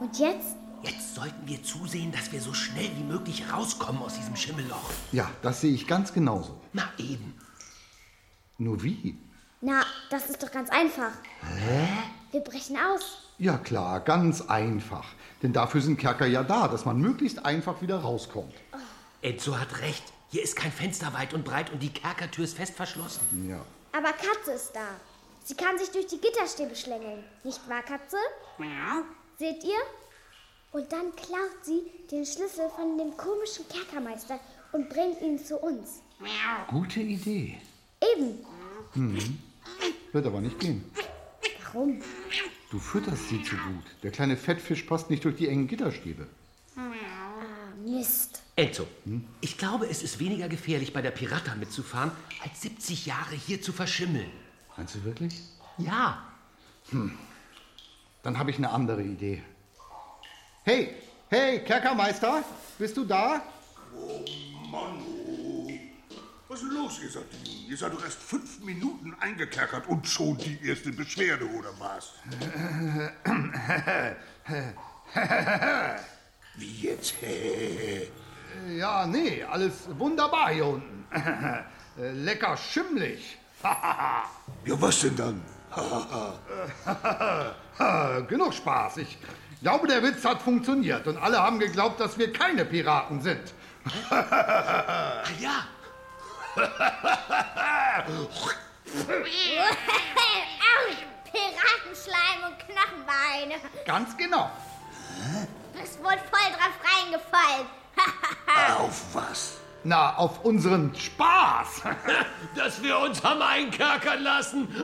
S1: Und jetzt?
S13: Jetzt sollten wir zusehen, dass wir so schnell wie möglich rauskommen aus diesem Schimmelloch.
S2: Ja, das sehe ich ganz genauso.
S13: Na eben.
S2: Nur wie?
S1: Na, das ist doch ganz einfach.
S2: Hä?
S1: Wir brechen aus.
S2: Ja klar, ganz einfach. Denn dafür sind Kerker ja da, dass man möglichst einfach wieder rauskommt.
S13: Enzo hat recht. Hier ist kein Fenster weit und breit und die Kerkertür ist fest verschlossen.
S2: Ja.
S1: Aber Katze ist da. Sie kann sich durch die Gitterstäbe schlängeln. Nicht wahr, Katze? Seht ihr? Und dann klaut sie den Schlüssel von dem komischen Kerkermeister und bringt ihn zu uns.
S2: Gute Idee.
S1: Eben.
S2: Hm. Wird aber nicht gehen.
S1: Warum?
S2: Du fütterst sie zu gut. Der kleine Fettfisch passt nicht durch die engen Gitterstäbe.
S1: Ah, Mist.
S13: Enzo,
S2: Hm?
S13: ich glaube, es ist weniger gefährlich, bei der Pirata mitzufahren, als 70 Jahre hier zu verschimmeln.
S2: Meinst du wirklich?
S13: Ja.
S2: Hm. Dann habe ich eine andere Idee. Hey, hey, Kerkermeister, bist du da?
S12: Mann, oh. was ist denn los, ihr seid Jungen? Ihr seid doch erst fünf Minuten eingekerkert und schon die erste Beschwerde, oder was?
S2: Äh,
S12: Wie jetzt?
S2: Ja, nee, alles wunderbar hier unten. Äh, Lecker schimmlig.
S12: ja, was denn dann?
S2: Äh, Genug Spaß. Ich glaube, der Witz hat funktioniert und alle haben geglaubt, dass wir keine Piraten sind.
S13: ja.
S1: Aus, Piratenschleim und Knochenbeine.
S2: Ganz genau.
S1: Bist wohl voll drauf reingefallen.
S12: Auf was?
S2: Na, auf unseren Spaß.
S6: Dass wir uns haben einkerkern lassen.
S2: Hm?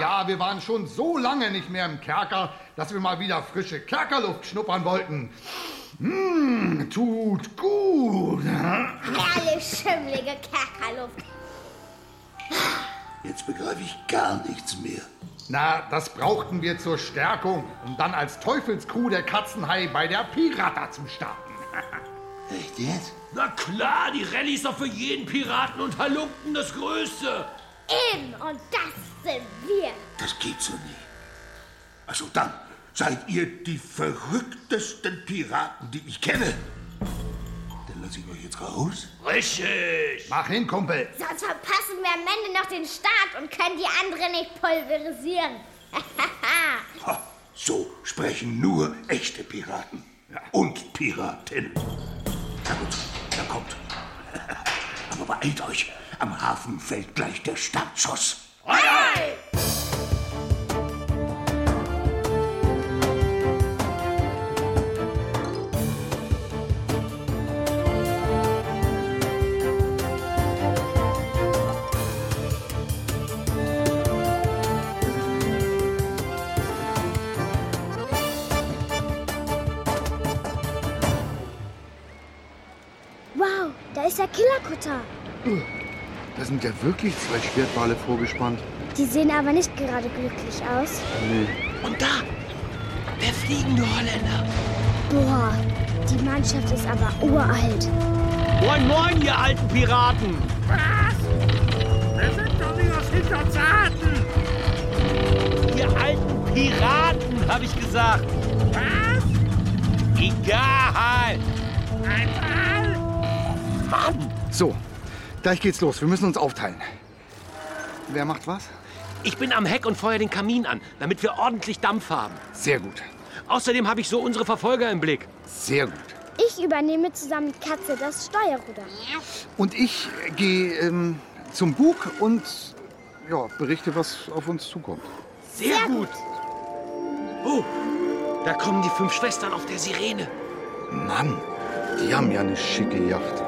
S2: ja, wir waren schon so lange nicht mehr im Kerker, dass wir mal wieder frische Kerkerluft schnuppern wollten. Mmh, tut gut. ne?
S1: Herrlich schimmlige Kerkerluft.
S12: Jetzt begreife ich gar nichts mehr.
S2: Na, das brauchten wir zur Stärkung, um dann als Teufelskuh der Katzenhai bei der Pirata zu starten.
S12: Echt jetzt?
S6: Na klar, die Rallye ist doch für jeden Piraten und Halunken das Größte.
S1: Eben, und das sind wir.
S12: Das geht so nicht. Also dann seid ihr die verrücktesten Piraten, die ich kenne. Dann lasse ich euch jetzt raus.
S6: Richtig.
S2: Mach hin, Kumpel.
S1: Sonst verpassen wir am Ende noch den Start und können die anderen nicht pulverisieren.
S12: Ha, so sprechen nur echte Piraten. Und Piratinnen. Na gut, da kommt. Aber beeilt euch. Am Hafen fällt gleich der Startschuss.
S1: Wow, da ist der Killerkutter.
S2: Da sind ja wirklich zwei Schwertwale vorgespannt.
S1: Die sehen aber nicht gerade glücklich aus.
S2: Nee.
S13: Und da, der fliegende Holländer.
S1: Boah, die Mannschaft ist aber uralt.
S6: Moin, moin, ihr alten Piraten.
S10: Was? Wir sind doch nicht aus Hinterzarten.
S6: Piraten, habe ich gesagt. Was? Egal. Ein
S2: Mann! So, gleich geht's los. Wir müssen uns aufteilen. Wer macht was?
S6: Ich bin am Heck und feuer den Kamin an, damit wir ordentlich Dampf haben.
S2: Sehr gut.
S6: Außerdem habe ich so unsere Verfolger im Blick.
S2: Sehr gut.
S1: Ich übernehme zusammen mit Katze das Steuerruder.
S2: Und ich gehe ähm, zum Bug und ja, berichte, was auf uns zukommt.
S6: Sehr, gut. Oh, da kommen die fünf Schwestern auf der Sirene.
S2: Mann, die haben ja eine schicke Yacht.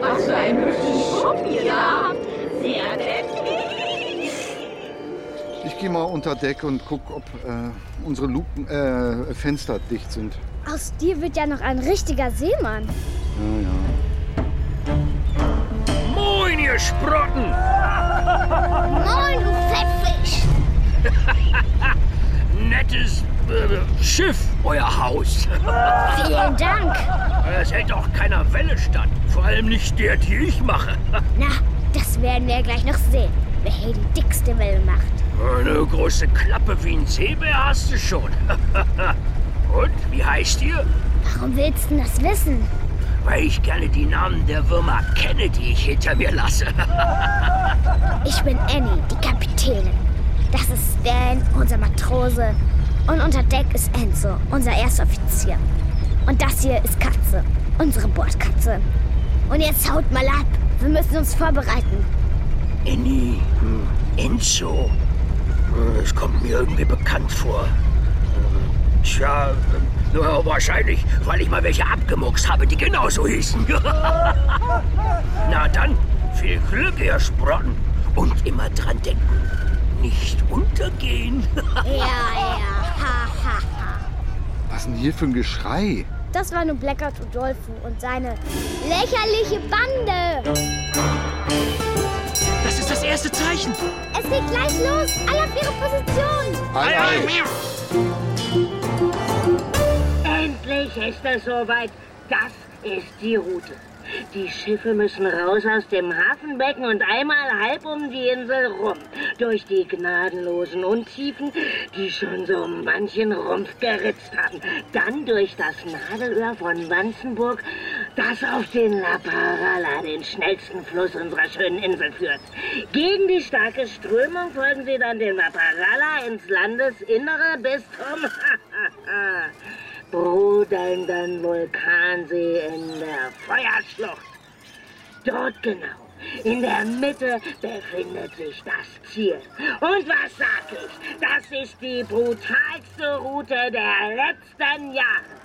S10: Was für ein hübsches Schuppen ihr habt. Sehr deftig.
S2: Ich gehe mal unter Deck und guck, ob äh, unsere Luken, äh, Fenster dicht sind.
S1: Aus dir wird ja noch ein richtiger Seemann.
S2: Ja, ja.
S6: Moin, ihr Sprotten!
S1: Moin, du Fettfisch!
S10: Nettes äh, Schiff, euer Haus.
S1: Vielen Dank.
S10: Es hält auch keiner Welle stand. Vor allem nicht der, die ich mache.
S1: Na, das werden wir ja gleich noch sehen, wer hier die dickste Welle macht.
S10: Eine große Klappe wie ein Seebär hast du schon. Und, wie heißt ihr?
S1: Warum willst du denn das wissen?
S10: Weil ich gerne die Namen der Würmer kenne, die ich hinter mir lasse.
S1: Ich bin Annie, die Kapitänin. Das ist Stan, unser Matrose. Und unter Deck ist Enzo, unser erster Offizier. Und das hier ist Katze, unsere Bordkatze. Und jetzt haut mal ab. Wir müssen uns vorbereiten.
S10: Annie, Hm. Enzo. Das kommt mir irgendwie bekannt vor. Tja, nur wahrscheinlich, weil ich mal welche abgemuckst habe, die genauso hießen. Na dann, viel Glück, ihr Sprotten. Und immer dran denken, nicht untergehen.
S1: Ja, ja, ha, ha, ha.
S2: Was denn hier für ein Geschrei?
S1: Das war nun Blackout Udolfo und seine lächerliche Bande.
S6: Das ist das erste Zeichen.
S1: Es geht gleich los. Alle auf ihre Position.
S2: Ei, ei.
S3: Endlich ist es soweit. Das ist die Route. Die Schiffe müssen raus aus dem Hafenbecken und einmal halb um die Insel rum. Durch die gnadenlosen Untiefen, die schon so manchen Rumpf geritzt haben. Dann durch das Nadelöhr von Wanzenburg, das auf den La Parala, den schnellsten Fluss unserer schönen Insel, führt. Gegen die starke Strömung folgen sie dann dem La Parala ins Landesinnere bis zum... brodelnden Vulkansee in der Feuerschlucht. Dort genau, in der Mitte befindet sich das Ziel. Und was sag ich? Das ist die brutalste Route der letzten Jahre.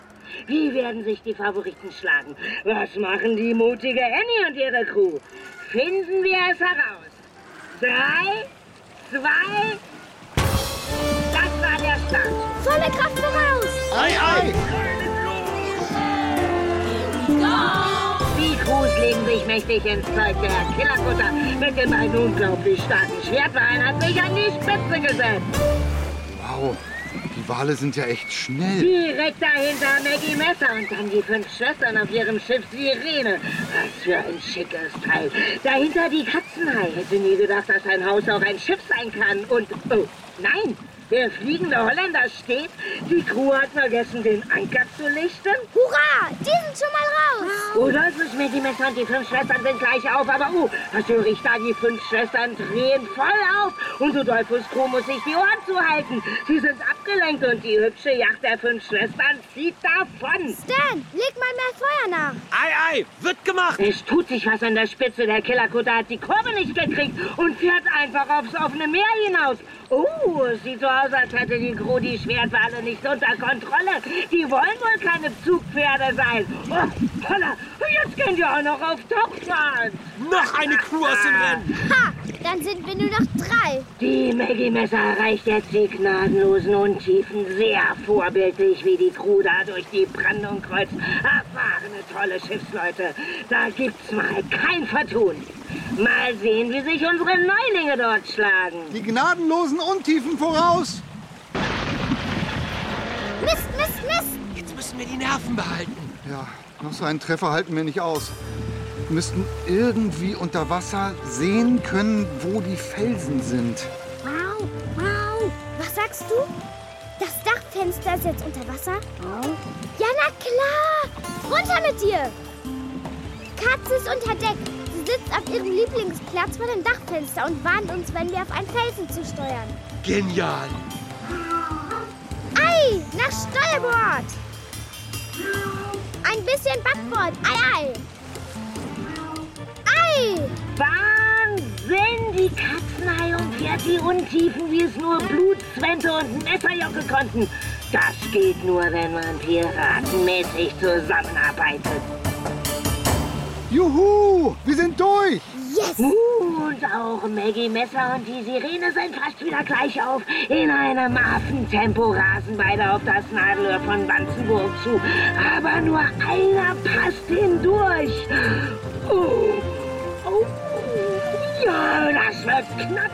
S3: Wie werden sich die Favoriten schlagen? Was machen die mutige Annie und ihre Crew? Finden wir es heraus. Drei, zwei, das war der Start.
S1: Volle Kraft voraus.
S2: Ei, ei.
S3: Die Crews legen sich mächtig ins Zeug der Killerkutter. Mit dem einen unglaublich starken Schwertbein hat sich an die Spitze gesetzt.
S2: Wow, die Wale sind ja echt schnell.
S3: Direkt dahinter Maggie Messer und dann die fünf Schwestern auf ihrem Schiff Sirene. Was für ein schickes Teil. Dahinter die Katzenhai. Hätte nie gedacht, dass ein Haus auch ein Schiff sein kann. Und, oh, nein, der fliegende Holländer steht. Die Crew hat vergessen, den Anker zu lichten.
S1: Hurra, die sind schon mal raus.
S3: Rudolf ist mit die Messer und die fünf Schwestern sind gleich auf, aber oh, was höre ich da? Die fünf Schwestern drehen voll auf und Rudolfus Crew muss sich die Ohren zuhalten. Sie sind abgelenkt und die hübsche Yacht der fünf Schwestern zieht davon.
S1: Stan, leg mal mehr Feuer nach.
S6: Ei, ei, wird gemacht.
S3: Es tut sich was an der Spitze. Der Killerkutter hat die Kurve nicht gekriegt und fährt einfach aufs offene Meer hinaus. Oh, es sieht so aus, als hätte die Crew die Schwertwale nicht unter Kontrolle. Die wollen wohl keine Zugpferde sein. Oh, holla, jetzt gehen die auch noch auf Tauchfahrt.
S6: Noch eine Crew aus dem Rennen.
S1: Ha, dann sind wir nur noch drei.
S3: Die Maggie Messer erreicht jetzt die gnadenlosen Untiefen sehr vorbildlich, wie die Crew da durch die Brandung kreuzt. Erfahrene, tolle Schiffsleute. Da gibt's mal kein Vertun. Mal sehen, wie sich unsere Neulinge dort schlagen.
S2: Die gnadenlosen Untiefen voraus.
S1: Mist, Mist, Mist.
S6: Jetzt müssen wir die Nerven behalten.
S2: Ja, noch so einen Treffer halten wir nicht aus. müssten irgendwie unter Wasser sehen können, wo die Felsen sind.
S1: Wow, wow. Was sagst du? Das Dachfenster ist jetzt unter Wasser? Ja, na klar. Runter mit dir. Katze ist unter Deck. Sie sitzt auf ihrem Lieblingsplatz vor dem Dachfenster und warnt uns, wenn wir auf einen Felsen zu steuern.
S6: Genial.
S1: Ei, nach Steuerbord. Ein bisschen Backbord. Ei, ei. Ei.
S3: Wahnsinn, die Katzenhai umfährt die Untiefen, wie es nur Blutzwente und Messerjocke konnten. Das geht nur, wenn man piratenmäßig zusammenarbeitet.
S2: Juhu, wir sind durch.
S1: Yes!
S3: Und auch Maggie Messer und die Sirene sind fast wieder gleich auf. In einem Affentempo rasen beide auf das Nadelöhr von Wanzenburg zu. Aber nur einer passt hindurch. Oh, oh, ja, das wird knapp.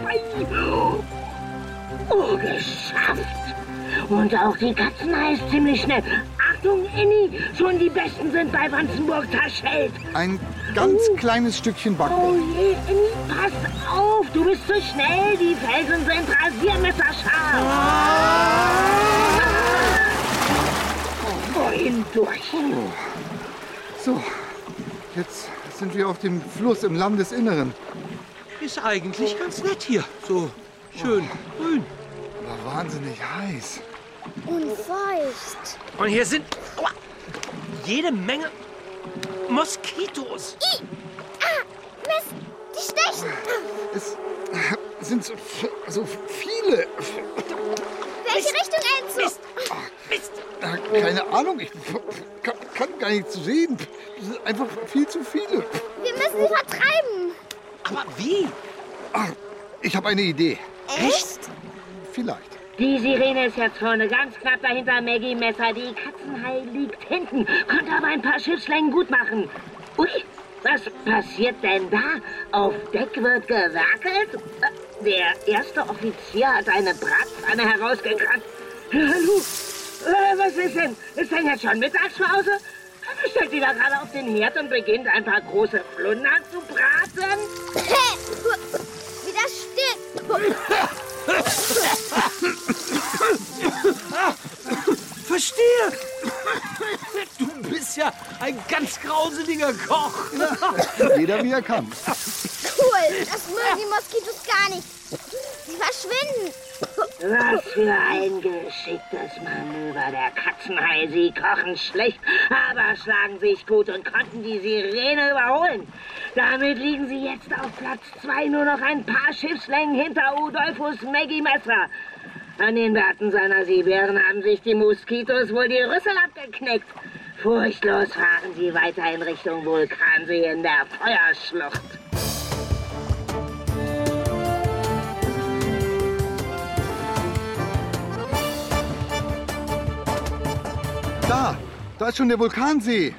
S3: Oh, geschafft. Und auch die Katzen heißt ziemlich schnell. Achtung, Inni, schon die Besten sind bei Wanzenburg zerschellt.
S2: Ein ganz kleines Stückchen
S3: Oh
S2: Backbord.
S3: je, Emmy, pass auf, du bist zu schnell. Die Felsen sind rasiermesserscharf.
S1: Oh,
S3: Wohin durch?
S2: So, jetzt sind wir auf dem Fluss im Landesinneren.
S6: Ist eigentlich ganz nett hier. So schön grün.
S2: Aber wahnsinnig heiß.
S1: Und feucht.
S6: Und hier sind aua, jede Menge Moskitos.
S1: Ah, Mist, die stechen.
S2: Es sind so, so viele.
S1: Welche Richtung, Enzo?
S2: Ah, Keine Ahnung, ich kann, kann gar nicht sehen. Es sind einfach viel zu viele.
S1: Wir müssen sie vertreiben.
S6: Aber wie?
S2: Ah, ich habe eine Idee.
S1: Echt?
S2: Vielleicht.
S3: Die Sirene ist jetzt vorne ganz knapp dahinter Maggie Messer. Die Katzenhai liegt hinten, konnte aber ein paar Schiffslängen gut machen. Ui, was passiert denn da? Auf Deck wird gewerkelt? Äh, Der erste Offizier hat eine Bratpfanne herausgekratzt. Hallo, äh, was ist denn? Ist denn jetzt schon Mittagspause? Er Stellt wieder gerade auf den Herd und beginnt ein paar große Flundern zu braten?
S1: Wieder still.
S6: Verstehe. Du bist ja ein ganz grauseliger Koch.
S2: Jeder wie er kann.
S1: Oh, Cool, das mögen die Moskitos gar nicht. Sie verschwinden.
S3: Was für ein geschicktes Manöver der Katzenhai. Sie kochen schlecht, aber schlagen sich gut und konnten die Sirene überholen. Damit liegen sie jetzt auf Platz zwei nur noch ein paar Schiffslängen hinter Udolphus Maggie Messer. An den Werten seiner Sibären haben sich die Moskitos wohl die Rüssel abgeknickt. Furchtlos fahren sie weiter in Richtung Vulkansee in der Feuerschlucht.
S2: Da, da ist schon der Vulkansee.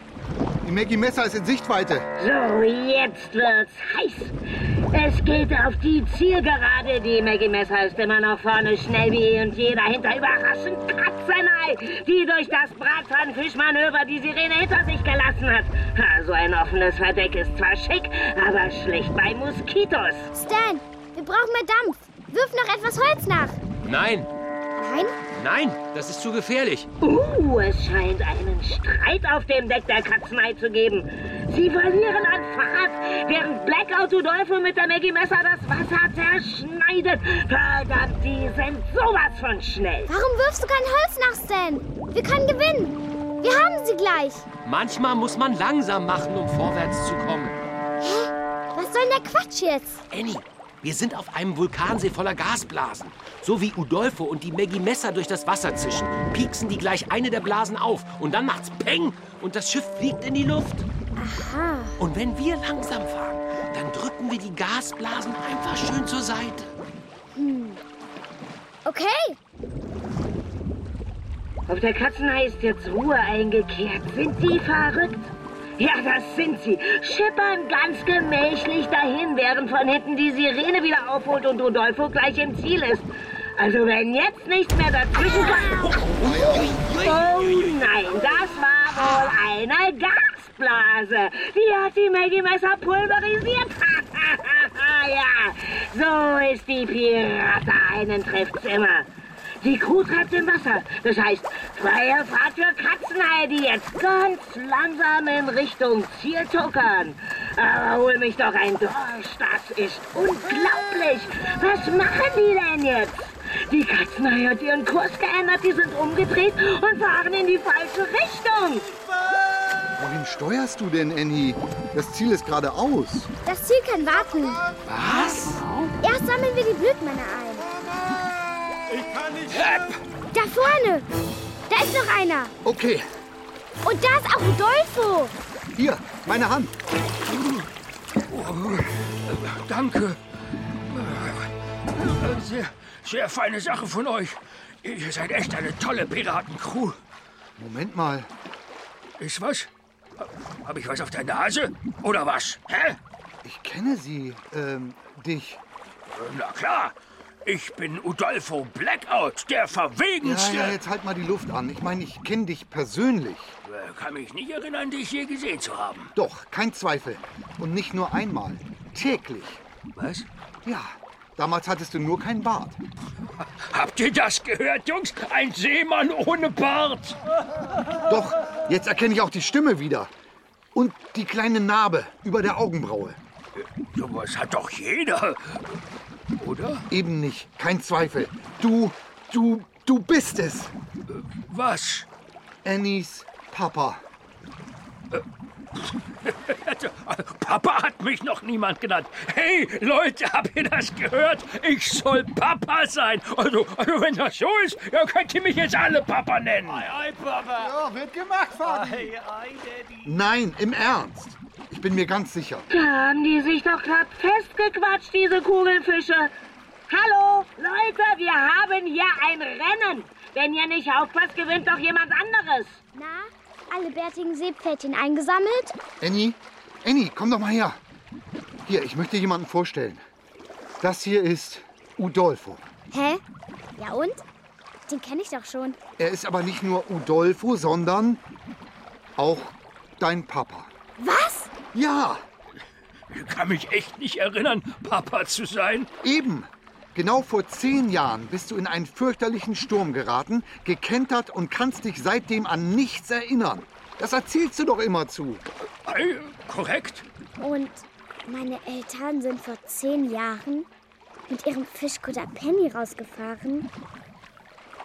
S2: Die Maggie Messer ist in Sichtweite.
S3: So, jetzt wird's heiß. Es geht auf die Zielgerade. Die Maggie Messer ist immer noch vorne, schnell wie eh und je. Dahinter überraschend Katzenei, die durch das Bratpfannenfischmanöver die Sirene hinter sich gelassen hat. Ha, so ein offenes Verdeck ist zwar schick, aber schlecht bei Moskitos.
S1: Stan, wir brauchen mehr Dampf. Wirf noch etwas Holz nach.
S6: Nein,
S1: Nein?
S6: nein, das ist zu gefährlich.
S3: Uh, es scheint einen Streit auf dem Deck der Katzenei zu geben. Sie verlieren an Fahrt, während Blackout Udolfo mit der Maggie Messer das Wasser zerschneidet. Verdammt, die sind sowas von schnell.
S1: Warum wirfst du kein Holz nach, Stan? Wir können gewinnen. Wir haben sie gleich.
S6: Manchmal muss man langsam machen, um vorwärts zu kommen.
S1: Was soll denn der Quatsch jetzt?
S6: Annie, wir sind auf einem Vulkansee voller Gasblasen. So wie Udolfo und die Maggie Messer durch das Wasser zischen, pieksen die gleich eine der Blasen auf und dann macht's Peng und das Schiff fliegt in die Luft.
S1: Aha.
S6: Und wenn wir langsam fahren, dann drücken wir die Gasblasen einfach schön zur Seite.
S1: Hm. Okay.
S3: Auf der Katzenei ist jetzt Ruhe eingekehrt. Sind die verrückt? Ja, das sind sie. Schippern ganz gemächlich dahin, während von hinten die Sirene wieder aufholt und Rodolfo gleich im Ziel ist. Also wenn jetzt nichts mehr dazwischen kommt... Oh nein, das war wohl eine Gasblasen. Blase. Die hat die Maggie Messer pulverisiert. ja, so ist die Pirata. Einen trifft's immer. Die Crew treibt im Wasser. Das heißt, freie Fahrt für Katzenhaie, die jetzt ganz langsam in Richtung Ziel tuckern. Aber hol mich doch ein Dorsch, das ist unglaublich. Was machen die denn jetzt? Die Katzenhaie hat ihren Kurs geändert, die sind umgedreht und fahren in die falsche Richtung.
S2: Wohin steuerst du denn, Annie? Das Ziel ist geradeaus.
S1: Das Ziel kann warten.
S2: Was?
S1: Erst sammeln wir die Blödmänner ein.
S14: Ich kann nicht.
S1: Da vorne. Da ist noch einer.
S2: Okay,
S1: Und da ist auch Rodolfo.
S2: hier, meine Hand.
S10: Oh, äh, Danke. äh, Sehr, sehr feine Sache von euch. Ihr seid echt eine tolle Piratencrew.
S2: Moment mal.
S10: Ist was? Hab ich was auf der Nase? Oder was? Hä?
S2: Ich kenne sie, ähm, dich.
S10: Na klar. Ich bin Udolfo Blackout, der
S2: Ja,
S10: verwegenste.
S2: ja, jetzt halt mal die Luft an. Ich meine, ich kenne dich persönlich.
S10: Äh, Kann mich nicht erinnern, dich hier gesehen zu haben.
S2: Doch, kein Zweifel. Und nicht nur einmal. Täglich.
S10: Was?
S2: Ja, damals hattest du nur keinen Bart.
S10: Habt ihr das gehört, Jungs? Ein Seemann ohne Bart.
S2: Doch, jetzt erkenne ich auch die Stimme wieder. Und die kleine Narbe über der Augenbraue.
S10: Sowas hat doch jeder. Oder?
S2: Eben nicht, kein Zweifel. Du, du, du bist es.
S10: Was?
S2: Annies Papa.
S10: Papa hat mich noch niemand genannt. Hey, Leute, habt ihr das gehört? Ich soll Papa sein. Also, also wenn das so ist, ja, könnt ihr mich jetzt alle Papa nennen.
S14: Ei, Papa.
S2: Ja, wird gemacht, Vati.
S14: Ei, ei, Daddy.
S2: Nein, im Ernst. Ich bin mir ganz sicher.
S3: Da haben die sich doch gerade festgequatscht, diese Kugelfische. Hallo, Leute, wir haben hier ein Rennen. Wenn ihr nicht aufpasst, gewinnt doch jemand anderes.
S1: Na, alle bärtigen Seepferdchen eingesammelt?
S2: Annie, Annie, komm doch mal her. Hier, ich möchte jemanden vorstellen. Das hier ist Udolfo.
S1: Hä? Ja und? Den kenne ich doch schon.
S2: Er ist aber nicht nur Udolfo, sondern auch dein Papa.
S1: Was?
S2: Ja,
S10: Ich kann mich echt nicht erinnern, Papa zu sein.
S2: eben. Genau vor zehn Jahren bist du in einen fürchterlichen Sturm geraten, gekentert und kannst dich seitdem an nichts erinnern. Das erzählst du doch immer zu.
S10: Ei, korrekt.
S1: Und meine Eltern sind vor zehn Jahren mit ihrem Fischkutter Penny rausgefahren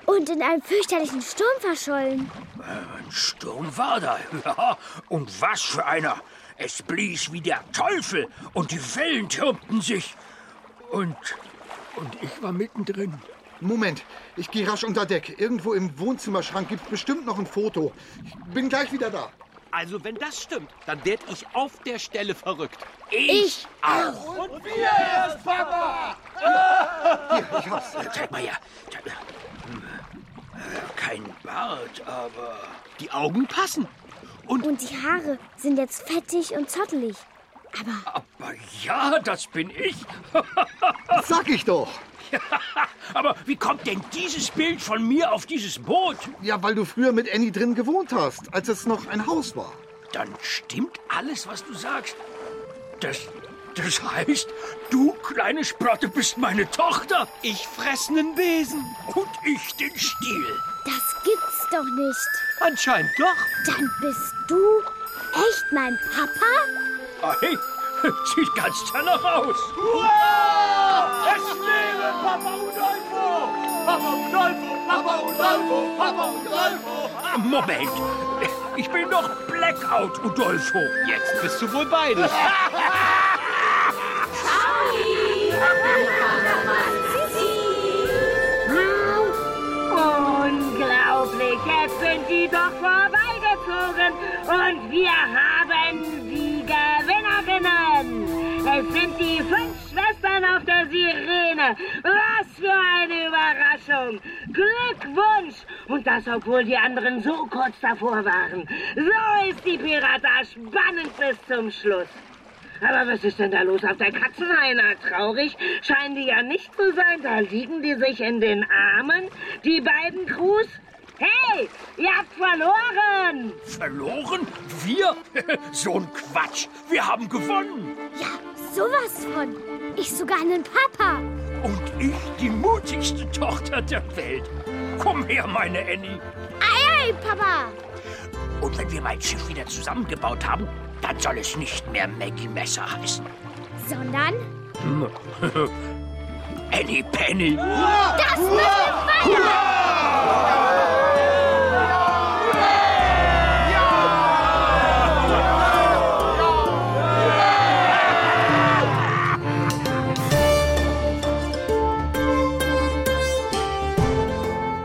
S1: und in einem fürchterlichen Sturm verschollen.
S10: Ein Sturm war da, ja. Und was für einer. Es blies wie der Teufel und die Wellen türmten sich. Und, und ich war mittendrin.
S2: Moment, ich gehe rasch unter Deck. Irgendwo im Wohnzimmerschrank gibt es bestimmt noch ein Foto. Ich bin gleich wieder da.
S6: Also, wenn das stimmt, dann werd ich auf der Stelle verrückt.
S10: Ich auch.
S14: Und wir erst, Papa.
S2: Hier, ich hab's.
S10: Äh, Zeig mal her. Zeig mal. Hm. Äh, Kein Bart, aber
S6: Die Augen passen.
S1: Und, die Haare sind jetzt fettig und zottelig.
S10: Aber ja, das bin ich.
S2: Sag ich doch.
S10: Aber wie kommt denn dieses Bild von mir auf dieses Boot?
S2: Ja, weil du früher mit Annie drin gewohnt hast, als es noch ein Haus war.
S10: Dann stimmt alles, was du sagst. Das, das heißt, du kleine Sprotte bist meine Tochter.
S6: Ich fress nen Besen.
S10: Und ich den Stiel.
S1: Das gibt's doch nicht.
S6: Anscheinend doch.
S1: Dann bist du echt mein Papa?
S10: Ei, sieht ganz danach aus.
S14: Es lebe Papa Udolfo. Papa Udolfo. Papa Udolfo. Papa Udolfo.
S10: Moment, ich bin doch Blackout, Udolfo.
S6: Jetzt bist du wohl beides.
S3: Unglaublich, jetzt sind die doch vorbeigezogen und wir haben die Gewinnerinnen. Es sind die fünf Schwestern auf der Sirene. Was für eine Überraschung. Glückwunsch. Und das, obwohl die anderen so kurz davor waren. So ist die Pirata spannend bis zum Schluss. Aber was ist denn da los auf der Katzenhaina? Traurig scheinen die ja nicht zu sein. Da liegen die sich in den Armen, die beiden Crews. Hey, ihr habt verloren!
S10: Verloren? Wir? so ein Quatsch. Wir haben gewonnen.
S1: Ja, sowas von. Ich sogar einen Papa.
S10: Und ich die mutigste Tochter der Welt. Komm her, meine Annie.
S1: Ei, ei, Papa.
S10: Und wenn wir mein Schiff wieder zusammengebaut haben, dann soll es nicht mehr Maggie Messer heißen.
S1: Sondern
S10: Hm. Annie Penny.
S1: das müssen wir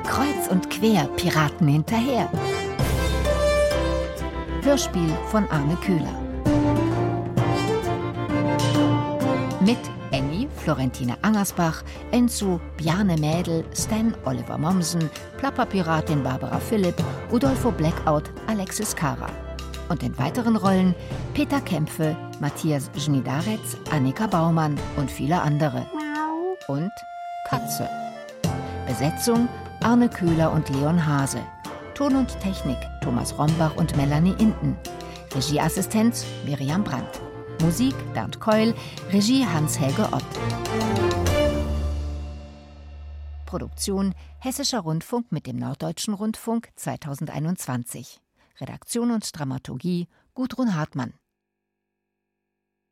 S4: Kreuz und quer Piraten hinterher. Hörspiel von Arne Köhler. Mit Annie, Florentine Angersbach, Enzo, Bjarne Mädel, Stan, Oliver Mommsen, Plapperpiratin Barbara Philipp, Udolfo Blackout, Alexis Cara. Und in weiteren Rollen Peter Kämpfe, Matthias Schnidaretz, Annika Baumann und viele andere. Und Katze. Besetzung Arne Köhler und Leon Hase. Ton und Technik Thomas Rombach und Melanie Inten. Regieassistenz Miriam Brandt. Musik Bernd Keul. Regie Hans-Helge Ott. Produktion Hessischer Rundfunk mit dem Norddeutschen Rundfunk 2021. Redaktion und Dramaturgie Gudrun Hartmann.